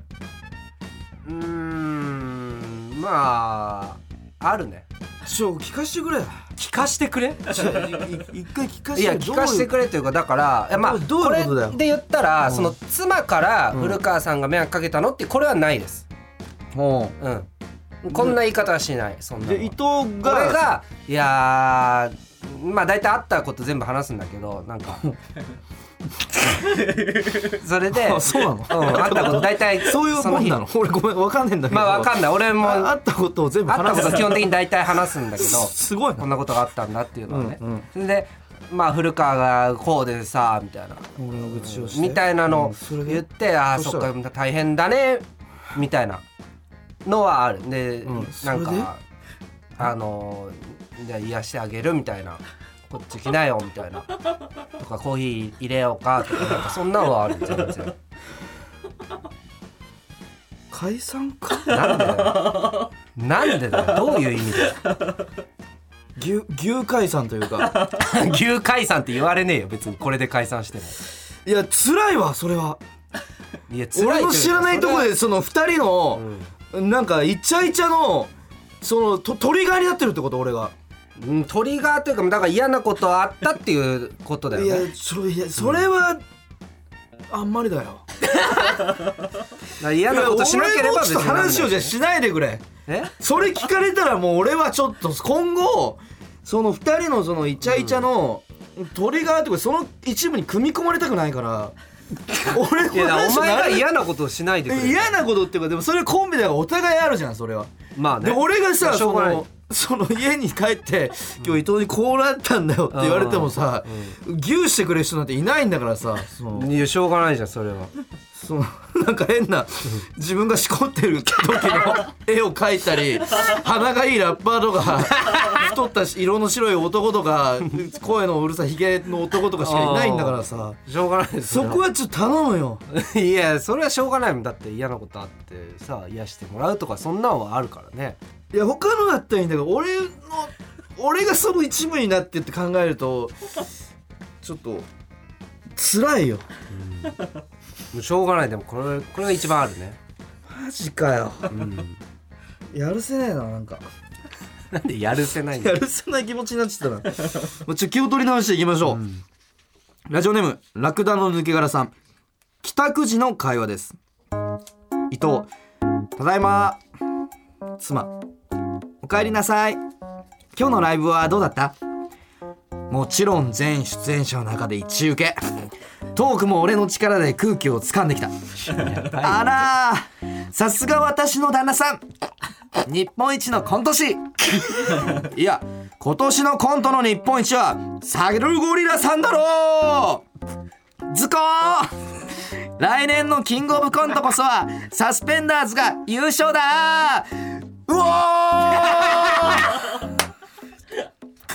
Speaker 1: うーんまああるね
Speaker 2: ちょ聞かしてくれ
Speaker 1: 聞かしてくれ
Speaker 2: ちょいい一回聞か
Speaker 1: い
Speaker 2: して
Speaker 1: や
Speaker 2: くれ
Speaker 1: 聞かして
Speaker 2: れ
Speaker 1: くれというかだからいやまあ
Speaker 2: どう
Speaker 1: こ
Speaker 2: いう
Speaker 1: れ
Speaker 2: ことだよ
Speaker 1: で言ったら、
Speaker 2: ん
Speaker 1: その妻から古川さんが迷惑かけたのってこれはないです
Speaker 2: ほ
Speaker 1: うんこんな言い方はしないそん
Speaker 2: う
Speaker 1: なの
Speaker 2: で伊藤
Speaker 1: これ
Speaker 2: が
Speaker 1: がいやーまあ大体あったこと全部話すんだけどなん かそれで
Speaker 2: あ そうなの
Speaker 1: ん、あったこと大体
Speaker 2: そういうもんな
Speaker 1: の
Speaker 2: の俺ごめんわかんねえんだ
Speaker 1: 日
Speaker 2: けど
Speaker 1: まあわかんない俺も
Speaker 2: ああ
Speaker 1: あ
Speaker 2: ったことを全部
Speaker 1: った
Speaker 2: 話
Speaker 1: こと
Speaker 2: す
Speaker 1: 基本的に大体話すんだけど
Speaker 2: すごい
Speaker 1: こ
Speaker 2: なん
Speaker 1: なことがあったんだっていうのはね、
Speaker 2: うんうん
Speaker 1: それでまあ古川がこうでさみたいな
Speaker 2: 俺の愚痴をして
Speaker 1: みたいなの
Speaker 2: うんそれで
Speaker 1: 言って、ああ
Speaker 2: そし
Speaker 1: そ
Speaker 2: た
Speaker 1: っ
Speaker 2: ら
Speaker 1: か大変だねみたいなのはあるで、
Speaker 2: うん
Speaker 1: なん
Speaker 2: それで
Speaker 1: かあのーじゃあ癒してあげるみたいなこっち来なよみたいなとかコーヒー入れようかとかなんかそんなのはある全然
Speaker 2: 解散か
Speaker 1: なんでだよなんでだよどういう意味だよ
Speaker 2: 牛牛解散という か
Speaker 1: 牛解散って言われねえよ別にこれで解散しても
Speaker 2: いや辛いわそれはい
Speaker 1: や辛い
Speaker 2: 俺の知らないところ
Speaker 1: で
Speaker 2: でその二人の、なんかイチャイチャのそのとトリガーになってるってこと俺が
Speaker 1: うんトリガーというかだから嫌なことあったっていうことだよ
Speaker 2: い
Speaker 1: ね
Speaker 2: やそれいやそれは、あんまりだよ
Speaker 1: だから嫌なことしなければ別
Speaker 2: いや俺のちょっと
Speaker 1: になんない
Speaker 2: 話をじゃあしないでくれ
Speaker 1: え
Speaker 2: それ聞かれたらもう俺はちょっと今後その二人のそのイチャイチャのトリガーってことその一部に組み込まれたくないから俺
Speaker 1: いやだからお前が
Speaker 2: や
Speaker 1: 嫌なことをしないでくれ
Speaker 2: 嫌なことっていうかでもそれコンビだからお互いあるじゃんそれは、
Speaker 1: まあね
Speaker 2: で俺が
Speaker 1: ま
Speaker 2: さ
Speaker 1: あしょ
Speaker 2: そう
Speaker 1: がない
Speaker 2: のその家に帰って今日伊藤にこうなったんだよって言われてもさ、牛牛してくれる人なんていないんだからさその
Speaker 1: いやしょうがないじゃんそれは
Speaker 2: そのなんか変な自分がしこってる時の絵を描いたり鼻がいいラッパーとか太った色の白い男とか声のうるさいヒゲの男とかしかいないんだからさ
Speaker 1: しょうがないです
Speaker 2: そこはちょっと頼むよ
Speaker 1: はいやそれはしょうがないもんだって嫌なことあってさ癒してもらうとかそんなのはあるからね
Speaker 2: いや他のだったらいいんだけど俺の俺がその一部になってって考えるとちょっと辛いよ
Speaker 1: もうしょうがないでもこれこれが一番あるね
Speaker 2: マジかよ、やるせねえななんか
Speaker 1: なんでやるせないんだ
Speaker 2: や
Speaker 1: よ
Speaker 2: るせない気持ちになっち ゃったなもうちょっと気を取り直していきましょう、ラジオネームラクダの抜け殻さん帰宅時の会話です伊藤ただいま妻おかえりなさい今日のライブはどうだったもちろん全出演者の中で一受けトークも俺の力で空気を掴んできたあらーさすが私の旦那さん日本一のコント師いや今年のコントの日本一はサルゴリラさんだろうズコー来年のキングオブコントこそはサスペンダーズが優勝だうおー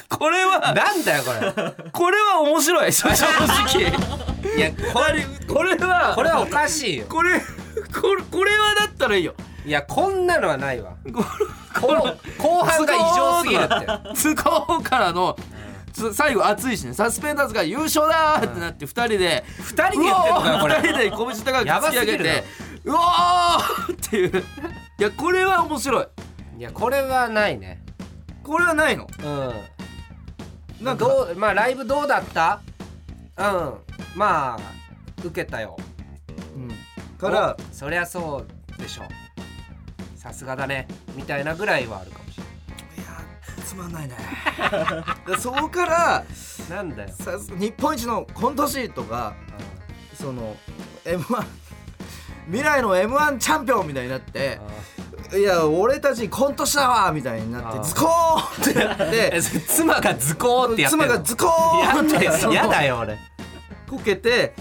Speaker 2: これは
Speaker 1: なんだよこ
Speaker 2: これは面白 い正直
Speaker 1: れいやこれ
Speaker 2: これは
Speaker 1: これはおかしいよ
Speaker 2: これこれこれはだったらいいよ
Speaker 1: いやこんなのはないわ
Speaker 2: こ
Speaker 1: この後半が異常すぎるって
Speaker 2: れ図工からのつ最後熱いしねサスペンダーズが優勝だーってなって2人で
Speaker 1: 二人でやってんのかよこれ
Speaker 2: うおー二人で拳高く
Speaker 1: やば
Speaker 2: 突
Speaker 1: す
Speaker 2: き
Speaker 1: ぎ
Speaker 2: 上
Speaker 1: る
Speaker 2: げ
Speaker 1: な
Speaker 2: てうおーっていういやこれは面白い
Speaker 1: いやこれはないね
Speaker 2: これはないの
Speaker 1: うん
Speaker 2: なんか
Speaker 1: どうまあライブどうだったうんまあ受けたよ
Speaker 2: うんから
Speaker 1: おそりゃそうでしょさすがだねみたいなぐらいはあるかもし
Speaker 2: いやつまんないね そこから
Speaker 1: れないなんだよ
Speaker 2: さ日本一のコント師とかその m 1未来の m 1チャンピオンみたいになっていや俺たちコント師だわみたいになっ
Speaker 1: あー
Speaker 2: てズコーンってや って
Speaker 1: 妻が図工ってやってんの
Speaker 2: 妻がズコーンって
Speaker 1: や
Speaker 2: そ
Speaker 1: だ
Speaker 2: の
Speaker 1: やだよ俺
Speaker 2: こけて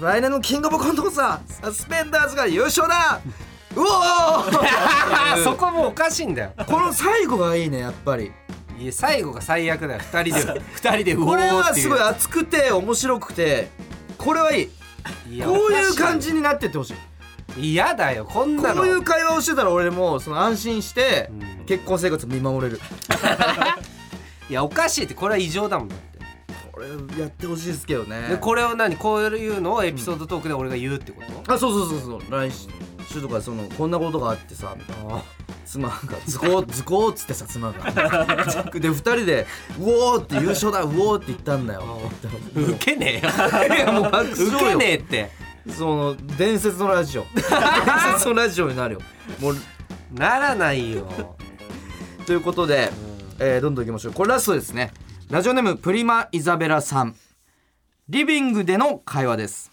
Speaker 2: 来年のキングオブコントさサスペンダーズが優勝だ うおー
Speaker 1: そこもおかしいんだよ
Speaker 2: この最後がいいねやっぱり
Speaker 1: いや最後が最悪だよ二人で二人でうお
Speaker 2: これ
Speaker 1: ー
Speaker 2: は
Speaker 1: ってい
Speaker 2: す
Speaker 1: う
Speaker 2: ごい熱くて面白くてこれはいい
Speaker 1: いや
Speaker 2: こうい
Speaker 1: お
Speaker 2: う
Speaker 1: かしよ
Speaker 2: 感じになってってほしい
Speaker 1: 嫌だよこんなの
Speaker 2: こういう会話をしてたら俺もその安心して
Speaker 1: うん
Speaker 2: 結婚生活見守れる
Speaker 1: いやおかしいってこれは異常だもんだって
Speaker 2: これやってほしいですけどね
Speaker 1: でこれを何こういうのをエピソードトークで俺が言うってこと、
Speaker 2: あそうそうそうそう来週とかそのこんなことがあってさみたいな
Speaker 1: あ
Speaker 2: 妻が「ズコーズコー」っつってさ妻がで二人で「うおー」って優勝だうおーって言ったんだよ
Speaker 1: あウケね
Speaker 2: いやもう爆
Speaker 1: え
Speaker 2: 笑
Speaker 1: よ
Speaker 2: よ
Speaker 1: ウケねえって
Speaker 2: その伝説のラジオ伝説のラジオになるよもう
Speaker 1: ならないよ
Speaker 2: ということで、えーどんどんいきましょうこれラストですねラジオネームプリマイザベラさんリビングでの会話です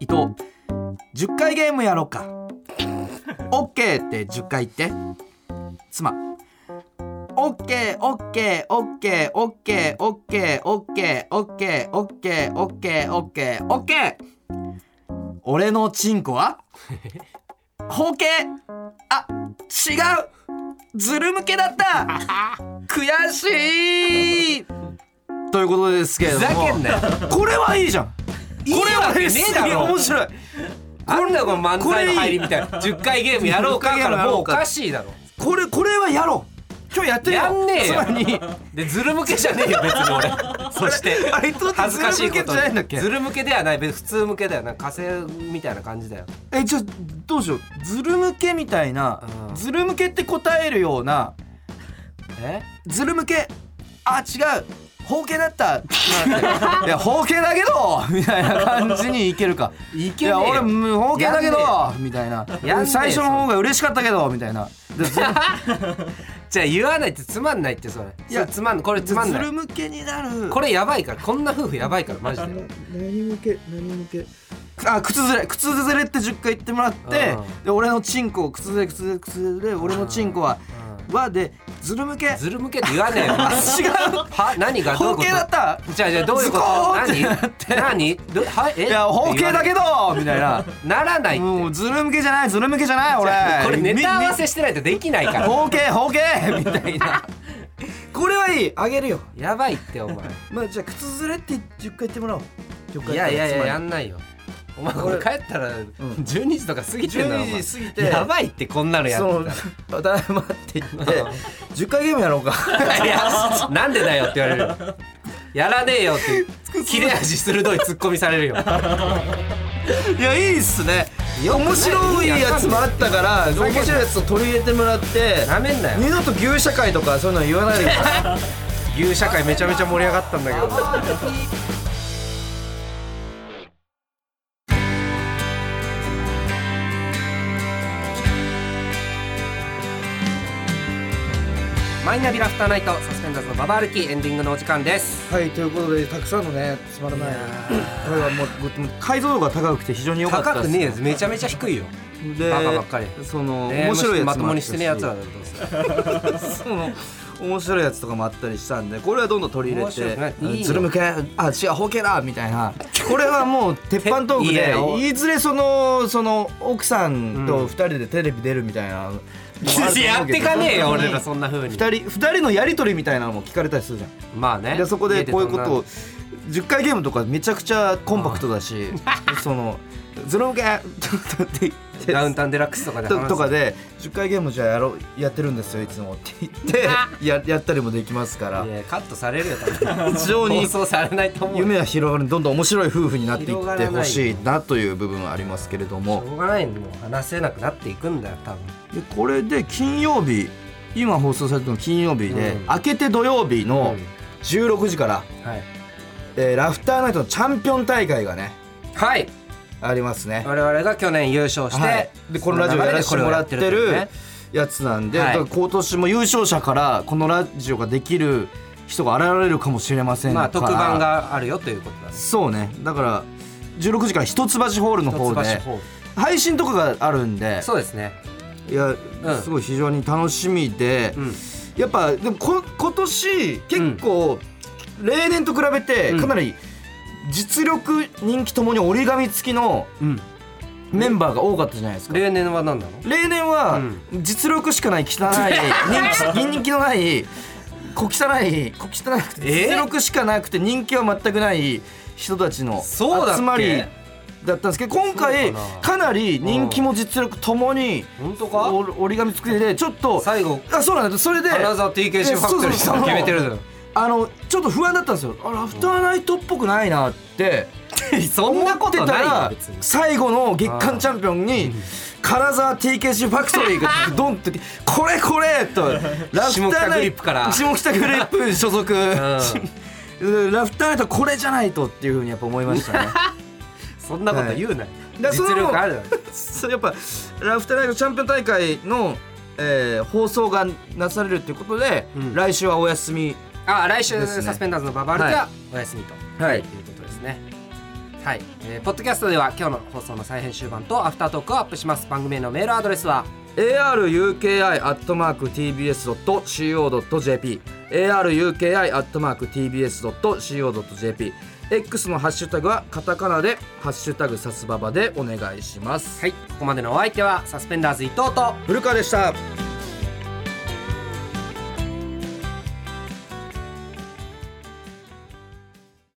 Speaker 2: 伊藤10回ゲームやろうか OK って10回言って妻 OKOKOKOKOKOKOKOKOKOKOKOKOKOKOKOK 俺のチンコは包茎あ違うズル向けだった悔しいということですけれ
Speaker 1: ふ
Speaker 2: ども
Speaker 1: ざけんなよ
Speaker 2: これはいいじゃん
Speaker 1: いい
Speaker 2: これ
Speaker 1: わ
Speaker 2: は
Speaker 1: け
Speaker 2: い
Speaker 1: ね
Speaker 2: い
Speaker 1: えだろ
Speaker 2: 面白い
Speaker 1: なんだよこの漫才の入りみたいな10回ゲームやろうかからもうお
Speaker 2: 10回ゲームやろうか
Speaker 1: かしいだろ
Speaker 2: これこれはやろう今日やってみよう
Speaker 1: やんねえよ
Speaker 2: つま り
Speaker 1: でズル向けじゃねえよ別に 俺そして
Speaker 2: あれとって
Speaker 1: 恥ず
Speaker 2: ず
Speaker 1: かし
Speaker 2: る
Speaker 1: い
Speaker 2: 向け
Speaker 1: こ
Speaker 2: じ
Speaker 1: とに
Speaker 2: ゃないんだっけ
Speaker 1: ズル向けではない別に普通向けだよなんか火星みたいな感じだよ
Speaker 2: えじゃあどうしようずる向けみたいな
Speaker 1: うん
Speaker 2: ずる向けって答えるような
Speaker 1: え
Speaker 2: ずる向けあ違う包茎だった いや包茎だけどみたいな感じにいけるか
Speaker 1: い
Speaker 2: い
Speaker 1: けねえ
Speaker 2: や
Speaker 1: よ
Speaker 2: 俺 もう包茎だけど
Speaker 1: や
Speaker 2: みたいな
Speaker 1: えよ
Speaker 2: 最初の方が嬉しかったけどみたいなでずる
Speaker 1: じゃあ言わないってつまんないってそれい
Speaker 2: いや
Speaker 1: やつまんこれつまん
Speaker 2: ず
Speaker 1: ない
Speaker 2: る向けになる
Speaker 1: これやばいからこんな夫婦やばいからマジで
Speaker 2: 何向け何向けあ靴ずれ靴ずれって10回言ってもらって、
Speaker 1: うん
Speaker 2: で俺のチンコを靴ずれ靴ずれ靴ずれ俺のチンコは、はでずる向け
Speaker 1: ズル向けって言わねえよ
Speaker 2: あ違う
Speaker 1: は何がどういう
Speaker 2: 包
Speaker 1: こ
Speaker 2: 茎だっ
Speaker 1: と
Speaker 2: た
Speaker 1: じゃあじゃあどういうこと
Speaker 2: ズコーンって
Speaker 1: 何何どはいえ
Speaker 2: いや包茎だけどみたいな
Speaker 1: ならないって
Speaker 2: もうずる向けじゃないずる向けじゃない俺
Speaker 1: これネタ合わ
Speaker 2: み
Speaker 1: せしてないとできないか
Speaker 2: み
Speaker 1: ら
Speaker 2: 包茎包茎みたいなこれはいいあげるよ
Speaker 1: やばいってお前
Speaker 2: まあじゃあ靴ずれって10回言ってもらおう10
Speaker 1: い
Speaker 2: 回
Speaker 1: やいやい
Speaker 2: つま
Speaker 1: や
Speaker 2: り
Speaker 1: やんないよお前これ帰ったら12時とか過ぎてんだよお前
Speaker 2: 12時過ぎて
Speaker 1: やばいってこんなのやって
Speaker 2: そ の「ただいま」って 言って「10回ゲームやろうか」
Speaker 1: たらいや なんでだよって言われるよやらねえよ って切れ味鋭いツッコミされるよ
Speaker 2: いやいいっすね
Speaker 1: よくない
Speaker 2: 面白いやつもあったか
Speaker 1: ざ
Speaker 2: ら
Speaker 1: けんな
Speaker 2: 面白いやつを取り入れてもらって
Speaker 1: なめんなよ
Speaker 2: 二度と牛社会とかそういうの言わないでください
Speaker 1: 牛社会めちゃめちゃ盛り上がったんだけどマイナビラフターナイトサスペンダーズのババ歩きエンディングのお時間です
Speaker 2: はいということでたくさんのねつまらない
Speaker 1: いやー
Speaker 2: これはもうもう解像度が高くて非常に良かった
Speaker 1: 高くねえやつめちゃめちゃ低いよ
Speaker 2: で
Speaker 1: バカばっかり
Speaker 2: その
Speaker 1: ね
Speaker 2: 面白いやつもあっ
Speaker 1: ま
Speaker 2: たし
Speaker 1: ともにしてねえやつらだと思うんですよ
Speaker 2: その面白いやつとかもあったりしたんでこれはどんどん取り入れ
Speaker 1: 面白
Speaker 2: て
Speaker 1: くないいいよ
Speaker 2: ズル向けあ違うホケだみたいなこれはもう鉄板トーク
Speaker 1: いや
Speaker 2: で
Speaker 1: お
Speaker 2: いずれそのその奥さんと二人でテレビ出るみたいな、
Speaker 1: やってかねえよ俺ら
Speaker 2: 2
Speaker 1: そんな風に
Speaker 2: 人二人のやり取りみたいなのも聞かれたりするじゃん
Speaker 1: まあね
Speaker 2: でそこでこういうこと
Speaker 1: 家
Speaker 2: を10回ゲームとかめちゃくちゃコンパクト だしその「ズル向け!」 って言っ
Speaker 1: でどんなダウ
Speaker 2: て
Speaker 1: ン。タウンデラックスとかで話
Speaker 2: と
Speaker 1: す
Speaker 2: とかで10回ゲームじゃあやろうやってるんですよいつもって言 ってややったりもできますから
Speaker 1: いやカットされるよ多分
Speaker 2: 非常に
Speaker 1: 放送されないと思う
Speaker 2: 夢は広がるどんどん面白い夫婦になってい
Speaker 1: 広が
Speaker 2: っ
Speaker 1: らな
Speaker 2: て
Speaker 1: い
Speaker 2: ほしいなという部分はありますけれど
Speaker 1: し
Speaker 2: も
Speaker 1: ょうがないの話せなくなっていくんだよ多分
Speaker 2: でこれで金曜日今放送されたの金曜日で、
Speaker 1: うん
Speaker 2: 明けて土曜日の
Speaker 1: うん
Speaker 2: 16時から、
Speaker 1: はい
Speaker 2: えーラフターナイトのチャンピオン大会がね
Speaker 1: はい
Speaker 2: ありますね。
Speaker 1: 我々が去年優勝して、
Speaker 2: はい、でこのラジオやらせてもらっ
Speaker 1: そ
Speaker 2: て
Speaker 1: の流れでこれをや
Speaker 2: る
Speaker 1: って
Speaker 2: やつなんで、
Speaker 1: はい
Speaker 2: だから今年も優勝者からこのラジオができる人が現れるかもしれません
Speaker 1: る
Speaker 2: から、
Speaker 1: まあ特番があるよということだね
Speaker 2: そうねだから16時から一橋ホールの方
Speaker 1: 一
Speaker 2: で
Speaker 1: 橋ホー
Speaker 2: 配信とかがあるんで
Speaker 1: ルそうですね
Speaker 2: いや、
Speaker 1: うん
Speaker 2: すごい非常に楽しみで、
Speaker 1: うん
Speaker 2: やっぱでもこ今年結構、例年と比べて
Speaker 1: うん
Speaker 2: かなり実力人気ともに折り紙付きの
Speaker 1: うん
Speaker 2: メンバーが多かったじゃないですか。
Speaker 1: 例年は何なの
Speaker 2: 例年は
Speaker 1: う
Speaker 2: 実力しかない汚い 人気人気のない小汚い小汚くて
Speaker 1: えー
Speaker 2: 実力しかなくて人気は全くない人たちの
Speaker 1: そうだっけ
Speaker 2: 集まりだったんですけど今回
Speaker 1: そうかな
Speaker 2: かなり人気も実力ともに
Speaker 1: 本当か
Speaker 2: お折り紙作りでちょっと
Speaker 1: 最後
Speaker 2: あそうなんだそれで
Speaker 1: アナザー TKC ファクトリーさんが決めてる のよ
Speaker 2: あのちょっと不安だったんですよあラフターナイトっぽくないなって。
Speaker 1: そんなことないよ別に
Speaker 2: 最後の月間チャンピオンに金沢 TKC ファクト リーがドンってこれこれとラ
Speaker 1: 下北グリップから
Speaker 2: 下北グリップ所属、 ラフターナイトこれじゃないとっていうふうにやっぱ思いました ね
Speaker 1: そんなこと言うなよ
Speaker 2: だからそ
Speaker 1: 実
Speaker 2: の
Speaker 1: 力あるだろ
Speaker 2: そうやっぱラフターナイトチャンピオン大会の、えー放送がなされるっていうことで、
Speaker 1: うん
Speaker 2: 来週はお休み
Speaker 1: あ来週、
Speaker 2: ですね
Speaker 1: サスペンダーズのババアルテはお休みと、
Speaker 2: はい
Speaker 1: い、うことですねはい、えーポッドキャストでは今日の放送の再編集版とアフタートークをアップします番組へのメールアドレスは
Speaker 2: aruki.tbs.co.jp aruki.tbs.co.jp X のハッシュタグはカタカナで「ハッシュタグさすばば」でお願いします。
Speaker 1: はいここまでのお相手はサスペンダーズ伊藤と
Speaker 2: 古川でした